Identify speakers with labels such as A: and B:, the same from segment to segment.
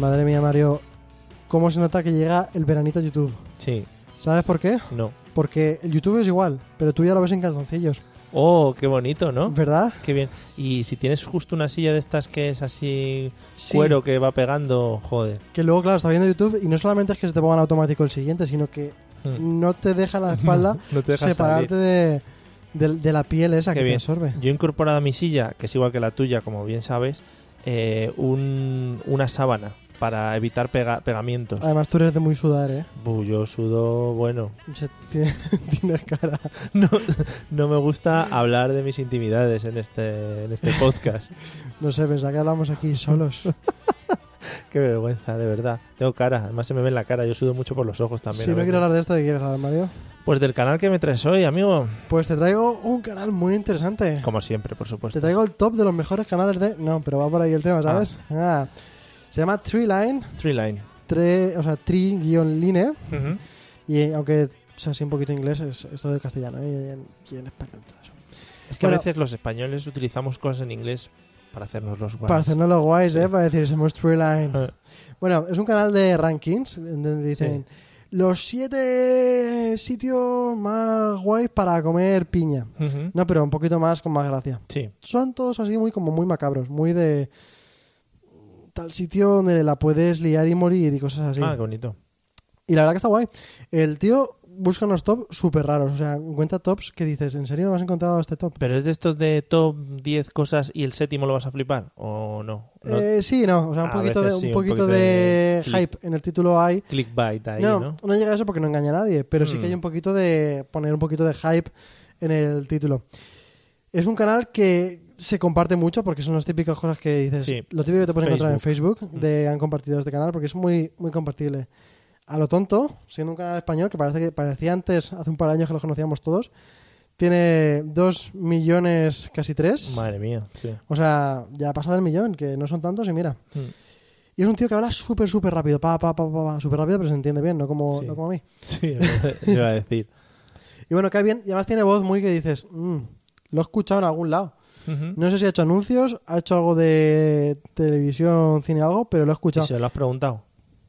A: Madre mía, Mario, ¿cómo se nota que llega el veranito a YouTube?
B: Sí,
A: ¿Sabes por qué?
B: no.
A: Porque el YouTube es igual, pero tú ya lo ves en calzoncillos,
B: Oh, qué bonito, ¿no?
A: ¿verdad?
B: Qué bien. Y si tienes justo una silla de estas que es así
A: Sí.
B: cuero que va pegando, joder.
A: Que luego, claro, está viendo YouTube y no solamente es que se te ponga en automático el siguiente, sino que
B: Mm.
A: no te deja la espalda
B: No te dejas
A: separarte de, de- de la piel esa que
B: Qué
A: te
B: bien.
A: absorbe.
B: Yo he incorporado a mi silla, que es igual que la tuya, como bien sabes, eh, un- una sábana para evitar pega- pegamientos.
A: Además, tú eres de muy sudar, ¿eh?
B: Bu, yo sudo, bueno.
A: Se- tiene- Tienes cara.
B: No, no me gusta hablar de mis intimidades en este, en este podcast.
A: No sé, pensaba que hablamos aquí solos.
B: Qué vergüenza, de verdad. Tengo cara, además se me ve en la cara. Yo sudo mucho por los ojos también.
A: si
B: a
A: no
B: veces.
A: quiero hablar de esto, ¿de qué quieres hablar, Mario?
B: Pues del canal que me traes hoy, amigo.
A: Pues te traigo un canal muy interesante.
B: Como siempre, por supuesto.
A: Te traigo el top de los mejores canales de... No, pero va por ahí el tema, ¿sabes? Ah. Se llama Tree Line,
B: Tree Line.
A: tre, o sea, Tree-Line, y eh, aunque sea así un poquito inglés, es, es todo de castellano, ¿eh? y, en, y en español y todo eso.
B: Es que
A: Bueno.
B: a veces los españoles utilizamos cosas en inglés para hacernos los guays.
A: Para hacernos los guays,
B: Sí.
A: ¿eh? Para decir, somos Tree Line.
B: Eh.
A: Bueno, es un canal de rankings, donde dicen... Los siete sitios más guays para comer piña.
B: Ujú.
A: No, pero un poquito más, con más gracia.
B: Sí.
A: son todos así muy como muy macabros, muy de tal sitio donde la puedes liar y morir y cosas así.
B: Ah, qué bonito.
A: Y la verdad que está guay. El tío busca unos tops súper raros, o sea, encuentra tops que dices, ¿en serio no has encontrado este top?
B: ¿Pero es de estos de top 10 cosas y el séptimo lo vas a flipar? ¿O no? no
A: Eh, sí, no, o sea, un
B: A
A: poquito, de,
B: veces sí,
A: un
B: un
A: poquito
B: poquito
A: de,
B: de click.
A: hype en el título hay.
B: Clickbait ahí,
A: no,
B: ¿no?
A: no, llega a eso porque no engaña a nadie, pero sí que
B: Mm.
A: hay un poquito de poner un poquito de hype en el título. Es un canal que se comparte mucho porque son las típicas cosas que dices,
B: Sí. Mm.
A: lo típico que te puedes encontrar en Facebook, de han compartido este canal porque es muy, muy compartible. A lo tonto, siendo un canal español que parece que parecía antes, hace un par de años que los conocíamos todos, tiene dos millones, casi tres.
B: Madre mía. Sí.
A: O sea, ya pasa del millón, que no son tantos y mira.
B: Mm.
A: Y es un tío que habla súper, súper rápido, pa, pa, pa, pa, pa, súper rápido, pero se entiende bien, no como,
B: Sí.
A: no como a mí.
B: Sí, eso iba a decir.
A: Y bueno, cae bien. Y además tiene voz muy que dices, "Mm, lo he escuchado en algún lado.
B: Ujú.
A: No sé si ha hecho anuncios, ha hecho algo de televisión, cine, algo, pero lo he
B: ¿Y
A: escuchado.
B: se lo has preguntado?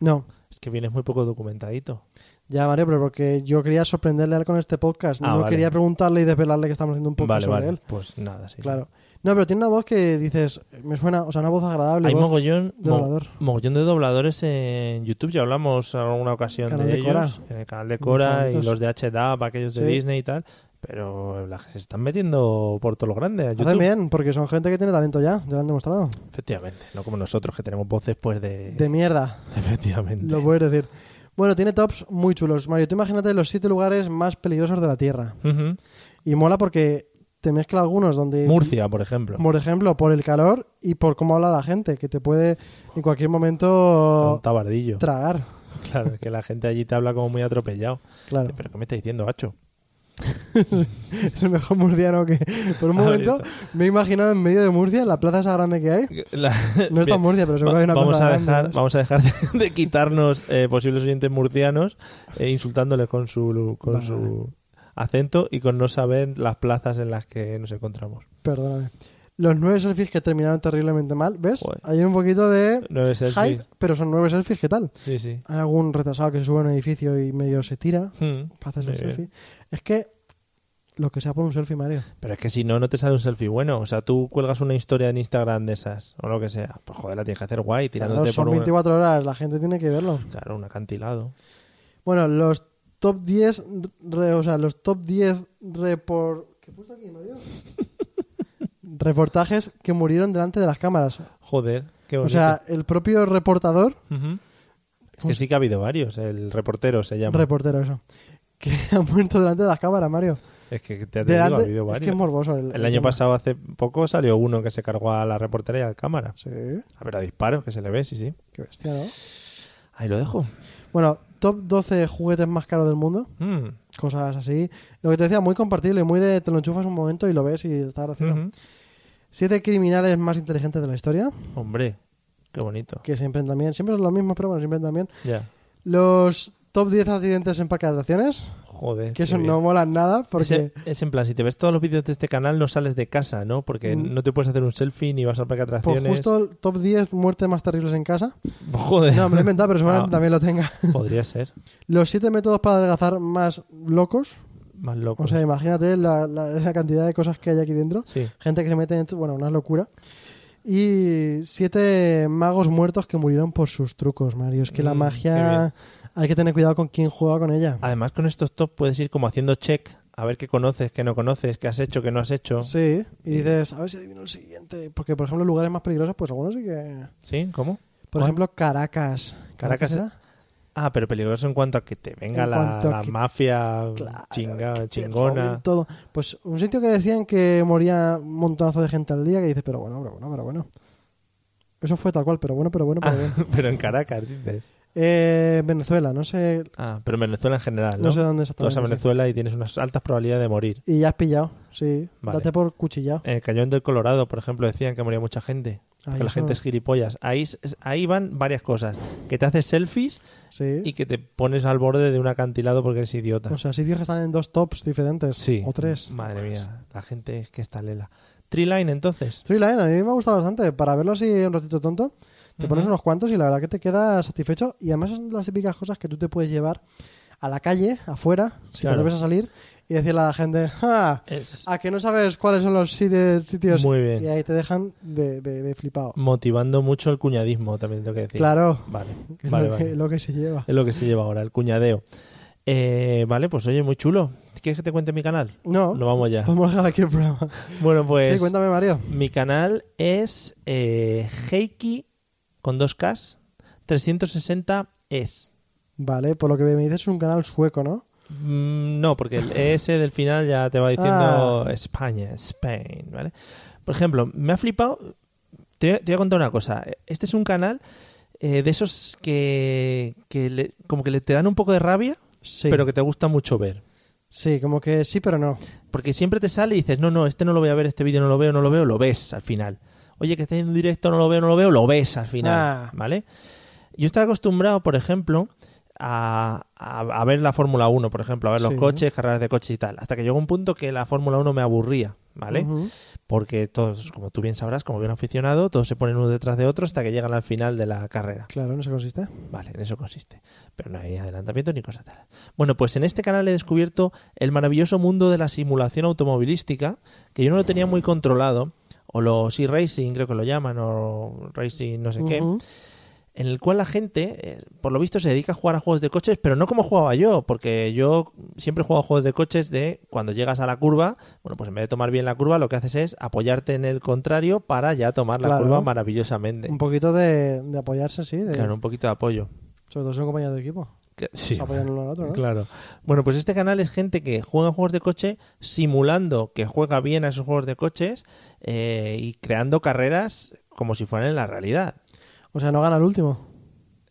A: No,
B: Es que vienes muy poco documentadito.
A: ya, Mario, pero porque yo quería sorprenderle a él con este podcast.
B: Ah,
A: no
B: vale.
A: quería preguntarle y desvelarle que estamos haciendo un podcast
B: vale,
A: sobre
B: vale.
A: él.
B: Pues nada, sí.
A: Claro. No, pero tiene una voz que dices, me suena, o sea, una voz agradable.
B: Hay
A: voz
B: mogollón
A: de
B: mo-
A: doblador.
B: mogollón de dobladores en YouTube. Ya hablamos en alguna ocasión
A: Canal
B: de,
A: de
B: ellos.
A: Cora.
B: En el canal de
A: Mis
B: Cora y
A: favoritos.
B: los de HDAP, aquellos de
A: Sí.
B: Disney y tal. Pero la- se están metiendo por todo lo grande a YouTube.
A: Hacen bien, porque son gente que tiene talento ya, ya lo han demostrado.
B: Efectivamente. No como nosotros que tenemos voces pues de...
A: De mierda.
B: Efectivamente.
A: Lo puedes decir. Bueno, tiene tops muy chulos. Mario, tú imagínate los siete lugares más peligrosos de la Tierra.
B: Ujú.
A: Y mola porque te mezcla algunos donde...
B: Murcia, por ejemplo.
A: Por ejemplo, por el calor y por cómo habla la gente, que te puede en cualquier momento
B: Un tabardillo.
A: tragar.
B: Claro, es que la gente allí te habla como muy atropellado.
A: Claro,
B: ¿Pero qué me está diciendo, Hacho?
A: es el mejor murciano que... Por un
B: Ah,
A: momento me he imaginado en medio de Murcia, en la plaza esa grande que hay. No está en Murcia, pero seguro que hay una
B: vamos
A: plaza
B: a
A: grande,
B: dejar
A: ¿sabes?
B: vamos a dejar de, de quitarnos eh, posibles oyentes murcianos e insultándoles con eh, su con
A: Vale.
B: su acento y con no saber las plazas en las que nos encontramos.
A: Perdóname. Los nueve selfies que terminaron terriblemente mal, ¿ves?
B: Joder.
A: Hay un poquito de
B: Nueve
A: hype,
B: selfies.
A: pero son nueve selfies, ¿qué tal?
B: Sí, sí.
A: Hay algún retrasado que se sube a un edificio y medio se tira
B: Hmm.
A: para hacerse el
B: Muy bien.
A: selfie. Es que lo que sea por un selfie, Mario.
B: Pero es que si no, no te sale un selfie bueno. O sea, tú cuelgas una historia en Instagram de esas o lo que sea. Pues joder, la tienes que hacer guay,
A: Claro,
B: tirándote
A: son
B: por un,
A: 24 horas, la gente tiene que verlo.
B: claro, un acantilado.
A: Bueno, los top 10, re- o sea, los top 10 repor... ¿Qué he puesto aquí, Mario? reportajes que murieron delante de las cámaras.
B: Joder, qué
A: O
B: bonito.
A: sea, pues el propio reportador,
B: Ujú. Es que sí que ha habido varios. El reportero se llama.
A: reportero eso, que ha muerto delante de las cámaras, Mario.
B: es que te digo, ha
A: Delante,
B: habido
A: es que es
B: varios.
A: morboso. El,
B: el año pasado, hace poco, salió uno que se cargó a la reportera y a la cámara.
A: Sí,
B: A ver, a disparos que se le ve, sí, sí.
A: qué bestia, ¿no?
B: Ahí lo dejo.
A: Bueno, top 12 juguetes más caros del mundo,
B: Mm,
A: cosas así. Lo que te decía, muy compartible, muy de te lo enchufas un momento y lo ves y está gracioso.
B: ujú.
A: Siete criminales más inteligentes de la historia,
B: Hombre, qué bonito.
A: que siempre también, siempre son los mismos, pero bueno, siempre también.
B: Ya.
A: Los top 10 accidentes en parque de atracciones,
B: Joder.
A: que
B: qué
A: eso
B: bien.
A: no molan nada porque...
B: Es en- Es, en plan, si te ves todos los vídeos de este canal, no sales de casa, ¿no? Porque
A: Mm.
B: no te puedes hacer un selfie ni vas al parque de
A: Pues
B: atracciones.
A: justo el top 10 muertes más terribles en casa.
B: Joder.
A: No, me lo he inventado, pero seguramente
B: Ah.
A: también lo tenga.
B: Podría ser.
A: Los 7 métodos para adelgazar más locos.
B: Más loco.
A: O sea, imagínate la, la- esa cantidad de cosas que hay aquí dentro.
B: sí.
A: Gente que se mete dentro, bueno, una locura. Y siete magos muertos que murieron por sus trucos, Mario. Es que la
B: Mm, Ah,
A: magia hay que tener cuidado con quién juega con ella.
B: Además, con estos top puedes ir como haciendo check a ver qué conoces, qué no conoces, qué has hecho, qué no has hecho. Sí.
A: Sí, y dices, a ver si adivino el siguiente. Porque, por ejemplo, lugares más peligrosos, pues algunos sí que...
B: ¿Cómo?
A: Por
B: ¿Cuál?
A: ejemplo, Caracas.
B: Ah. Caracas
A: era?
B: Ah, pero peligroso en cuanto a que te venga
A: En
B: la,
A: cuanto a
B: la
A: que-
B: mafia
A: Claro,
B: chinga-
A: Te roben
B: chingona.
A: Todo. Pues un sitio que decían que moría un montonazo de gente al día que dices, pero bueno, pero bueno, pero bueno. Eso fue tal cual, pero bueno, pero
B: Ah.
A: bueno, pero bueno.
B: pero en Caracas, dices.
A: Eh, Venezuela, no sé,
B: Ah, pero en Venezuela en general,
A: no,
B: ¿no?
A: sé dónde
B: Tú vas
A: exactamente.
B: a
A: sí.
B: Venezuela y tienes unas altas probabilidades de morir.
A: Y ya has pillado, sí.
B: Vale.
A: Date por cuchillado.
B: En el cañón del Colorado, por ejemplo, decían que moría mucha gente.
A: Ahí
B: Porque la
A: eso-
B: gente es gilipollas. Ahí, es- ahí van varias cosas. Que te haces selfies
A: Sí.
B: y que te pones al borde de un acantilado porque eres idiota.
A: O sea, sitios que están en dos tops diferentes.
B: sí.
A: O tres.
B: Madre mía, la gente es que está lela. Treeline, entonces.
A: Three Lion, a mí me ha gustado bastante. Para verlo así un ratito tonto, te
B: Ujú.
A: pones unos cuantos y la verdad que te queda satisfecho. Y además son las típicas cosas que tú te puedes llevar a la calle, afuera, si
B: Claro.
A: te atreves a salir, y decirle a la gente, ¡Ja!
B: Es
A: A que no sabes cuáles son los siti- sitios.
B: Muy
A: Y
B: bien.
A: ahí te dejan de, de, de flipado.
B: Motivando mucho el cuñadismo, también tengo que decir.
A: Claro,
B: Vale,
A: que es
B: vale,
A: lo, Que,
B: vale.
A: lo que se lleva.
B: Es lo que se lleva ahora, el cuñadeo. Eh, vale, pues oye, muy chulo. ¿Quieres que te cuente mi canal?
A: No,
B: Nos vamos ya.
A: podemos dejar aquí el programa.
B: Bueno,
A: Sí,
B: pues
A: cuéntame, Mario.
B: mi canal es eh, Heiki con dos Ks 360 es.
A: Vale, por lo que me dices es un canal sueco, ¿no?
B: Mm, No, porque el ES del final ya te va
A: Ah.
B: diciendo España, Spain, ¿vale? Por ejemplo, me ha flipado. Te, te voy a contar una cosa. Este es un canal eh, de esos que, que le- como que le, te dan un poco de rabia,
A: Sí.
B: pero que te gusta mucho ver.
A: Sí, como que sí, pero no.
B: Porque siempre te sale y dices, no, no, este no lo voy a ver, este vídeo no lo veo, no lo veo, lo ves al final. Oye, que está en directo, no lo veo, no lo veo, lo ves al final,
A: Ah.
B: ¿vale? Yo estaba acostumbrado, por ejemplo, a, a- a ver la Fórmula 1, por ejemplo, a ver los
A: Sí.
B: coches, carreras de coches y tal, hasta que llegó un punto que la Fórmula 1 me aburría, ¿vale?
A: Ujú.
B: Porque todos, como tú bien sabrás, como bien aficionado, todos se ponen uno detrás de otro hasta que llegan al final de la carrera.
A: Claro, no se consiste.
B: Vale, en eso consiste. Pero no hay adelantamiento ni cosa tal. Bueno, pues en este canal he descubierto el maravilloso mundo de la simulación automovilística, que yo no lo tenía muy controlado, o los e-racing, creo que lo llaman, o racing no sé qué,
A: Ujú.
B: en el cual la gente, eh, por lo visto, se dedica a jugar a juegos de coches, pero no como jugaba yo, porque yo siempre he jugado a juegos de coches de cuando llegas a la curva, bueno, pues en vez de tomar bien la curva, lo que haces es apoyarte en el contrario para ya tomar la
A: Claro.
B: curva maravillosamente.
A: Un poquito de, de apoyarse, sí. De,
B: Claro, un poquito de apoyo.
A: Sobre todo son compañeros de equipo.
B: Que- Sí,
A: Se apoyan uno al otro, ¿no?
B: Claro. Bueno, pues este canal es gente que juega juegos de coche simulando que juega bien a esos juegos de coches eh, y creando carreras como si fueran en la realidad.
A: O sea, no gana el último.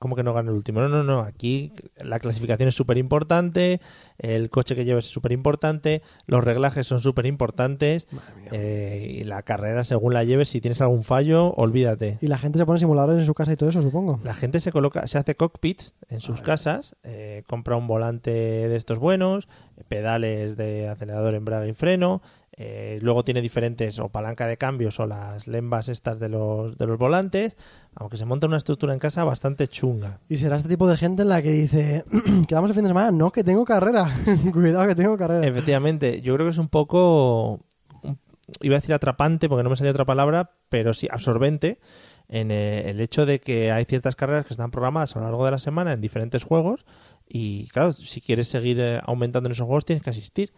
B: ¿Cómo que no gana el último? No, no, no. Aquí la clasificación es súper importante, el coche que lleves es súper importante, los reglajes son súper importantes eh, y la carrera, según la lleves, si tienes algún fallo, olvídate.
A: Y la gente se pone simuladores en su casa y todo eso, supongo.
B: La gente se coloca, se hace cockpits en sus casas, eh, compra un volante de estos buenos, pedales de acelerador, embrague y freno. eh, luego tiene diferentes o palanca de cambios o las lembas estas de los, de los volantes, aunque se monta una estructura en casa bastante chunga.
A: Y será este tipo de gente en la que dice, quedamos el fin de semana, no, que tengo carrera. Cuidado que tengo carrera.
B: Eh. Efectivamente, yo creo que es un poco, un- iba a decir atrapante porque no me salió otra palabra, pero sí absorbente en eh, el hecho de que hay ciertas carreras que están programadas a lo largo de la semana en diferentes juegos y claro, si quieres seguir eh, aumentando en esos juegos tienes que asistir.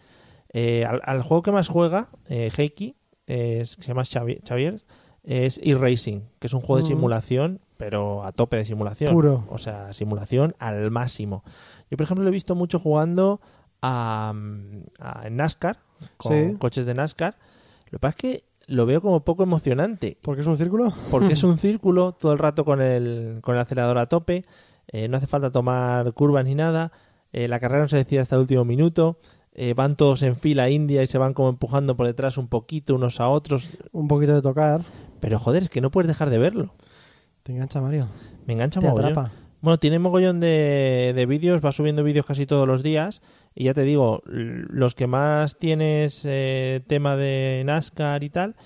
B: Eh, al, al juego que más juega eh, Heiki, eh, es- que se llama Xavi- Xavier, es eRacing, que es un juego de
A: Ujú.
B: simulación, pero a tope de simulación.
A: Puro.
B: O sea, simulación al máximo. Yo, por ejemplo, lo he visto mucho jugando a, mm, a NASCAR, con
A: Sí.
B: coches de NASCAR. Lo que pasa es que lo veo como poco emocionante,
A: ¿Por qué es un círculo?
B: porque es un círculo todo el rato con el, con el acelerador a tope, eh, no hace falta tomar curvas ni nada, eh, la carrera no se decide hasta el último minuto, eh, van todos en fila india y se van como empujando por detrás un poquito unos a otros,
A: Un poquito de tocar.
B: pero joder, es que no puedes dejar de verlo.
A: Te engancha, Mario.
B: Me engancha
A: Te
B: mogollón.
A: atrapa.
B: Bueno, tiene mogollón de, de vídeos, va subiendo vídeos casi todos los días. Y ya te digo, l- los que más tienes eh, tema de NASCAR y tal.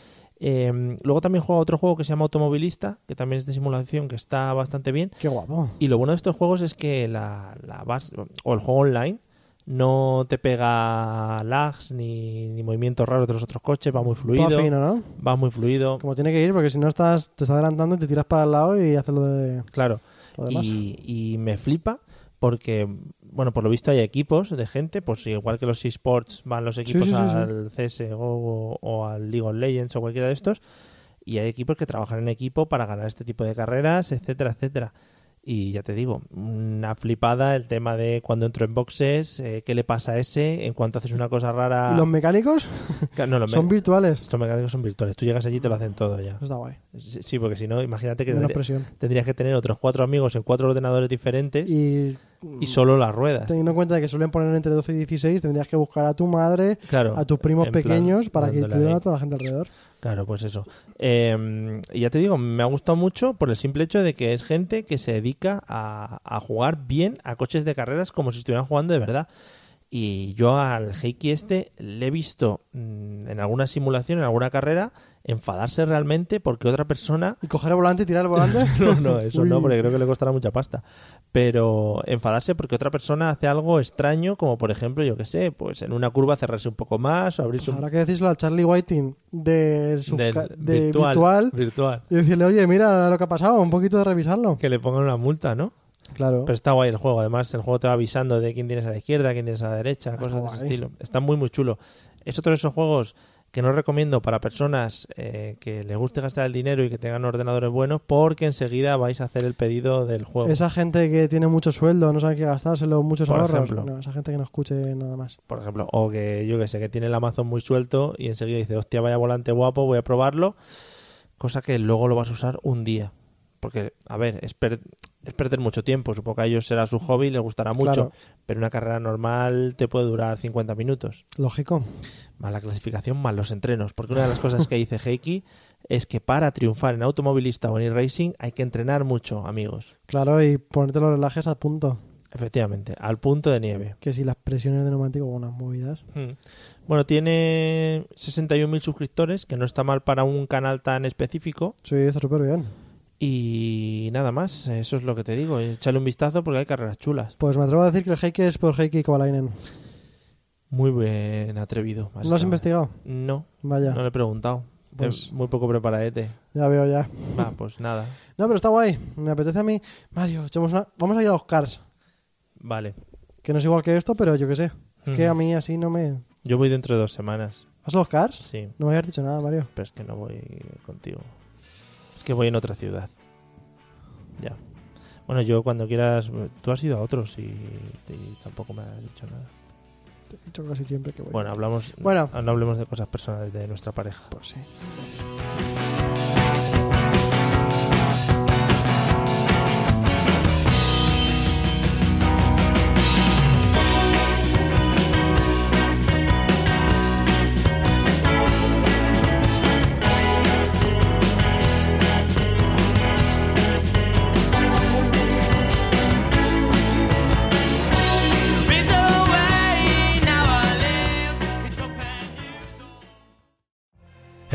B: Eh, luego también juega otro juego que se llama Automovilista, que también es de simulación, que está bastante bien.
A: Qué guapo.
B: Y lo bueno de estos juegos es que la, la base, o el juego online, no te pega lags ni, ni movimientos raros de los otros coches, va muy fluido.
A: Va fino, ¿no?
B: Va muy fluido.
A: Como tiene que ir, porque si no estás, te estás adelantando y te tiras para el lado y haces lo de
B: Claro.
A: lo demás.
B: Y, y me flipa porque, bueno, por lo visto hay equipos de gente, pues igual que los eSports van los equipos
A: sí, sí, sí.
B: al CSGO o, o al League of Legends o cualquiera de estos, y hay equipos que trabajan en equipo para ganar este tipo de carreras, etcétera, etcétera. Y ya te digo, una flipada el tema de cuando entro en boxes, eh, qué le pasa a ese, en cuanto haces una cosa rara...
A: ¿Y los mecánicos
B: No, los me-
A: son virtuales.
B: estos mecánicos son virtuales, tú llegas allí y te lo hacen todo ya.
A: Eso está guay.
B: Sí, sí, porque si no, imagínate que
A: Menos
B: tendría-
A: presión.
B: tendrías que tener otros cuatro amigos en cuatro ordenadores diferentes y,
A: Y
B: solo las ruedas.
A: teniendo en cuenta que suelen poner entre 12 y 16, tendrías que buscar a tu madre,
B: Claro,
A: a tus primos
B: en plan,
A: pequeños, para que te
B: dándole
A: den
B: ahí.
A: a toda la gente alrededor.
B: Claro, pues eso. Eh, y ya te digo, me ha gustado mucho por el simple hecho de que es gente que se dedica a, a jugar bien a coches de carreras como si estuvieran jugando de verdad. Y yo al Heiki este le he visto mm, en alguna simulación, en alguna carrera, enfadarse realmente porque otra persona
A: Y coger el volante y tirar el volante.
B: No, no, eso no,
A: Uy.
B: porque creo que le costará mucha pasta. Pero enfadarse porque otra persona hace algo extraño, como por ejemplo, yo qué sé, pues en una curva cerrarse un poco más o abrirse
A: Pues
B: un
A: ahora que decíslo al Charlie Whiting de, su
B: del
A: ca- de virtual,
B: virtual.
A: y decirle, oye, mira lo que ha pasado, un poquito de revisarlo.
B: Que le pongan una multa, ¿no?
A: Claro.
B: Pero está guay el juego. Además, el juego te va avisando de quién tienes a la izquierda, quién tienes a la derecha, cosas de ese
A: guay.
B: estilo. Está muy, muy chulo. Es otro de esos juegos que no recomiendo para personas eh, que les guste gastar el dinero y que tengan ordenadores buenos, porque enseguida vais a hacer el pedido del juego.
A: Esa gente que tiene mucho sueldo, no sabe qué gastárselo, muchos
B: Por
A: ahorros.
B: ejemplo.
A: No, esa gente que no escuche nada más.
B: por ejemplo, o que yo que sé, que tiene el Amazon muy suelto y enseguida dice, hostia, vaya volante guapo, voy a probarlo, cosa que luego lo vas a usar un día. Porque, a ver, es, per- es perder mucho tiempo, supongo que a ellos será su hobby, les gustará mucho,
A: Claro.
B: pero una carrera normal te puede durar 50 minutos,
A: Lógico.
B: más la clasificación, más los entrenos, porque una de las cosas que dice Heiki es que para triunfar en automovilista o en racing hay que entrenar mucho, amigos.
A: Claro, y ponerte los relajes a punto.
B: Efectivamente, al punto de nieve.
A: Que si las presiones de neumático o unas movidas.
B: Hmm. Bueno, tiene 61.000 suscriptores, que no está mal para un canal tan específico.
A: Sí, está súper bien.
B: Y nada más, eso es lo que te digo. Échale un vistazo porque hay carreras chulas.
A: Pues me atrevo a decir que el Heike es por Heike Kovalainen.
B: Muy bien atrevido.
A: ¿No lo has investigado?
B: No,
A: Vaya,
B: no le he preguntado.
A: Pues-
B: Eh, muy poco preparadete.
A: ya veo ya.
B: Va, pues nada.
A: No, pero está guay. Me apetece a mí. Mario, echemos una- vamos a ir a los Cars.
B: Vale.
A: Que no es igual que esto, pero yo qué sé. Es que
B: Ujú.
A: a mí así no me...
B: Yo voy dentro de dos semanas.
A: ¿Vas a los Cars?
B: Sí,
A: No me habías dicho nada, Mario.
B: pero es que no voy contigo. Es que voy en otra ciudad. Ya. Bueno, yo cuando quieras... Tú has ido a otros y, y tampoco me has dicho nada.
A: Te he dicho casi siempre que voy.
B: Bueno, hablamos.
A: Bueno.
B: No hablemos de cosas personales de nuestra pareja.
A: Pues sí.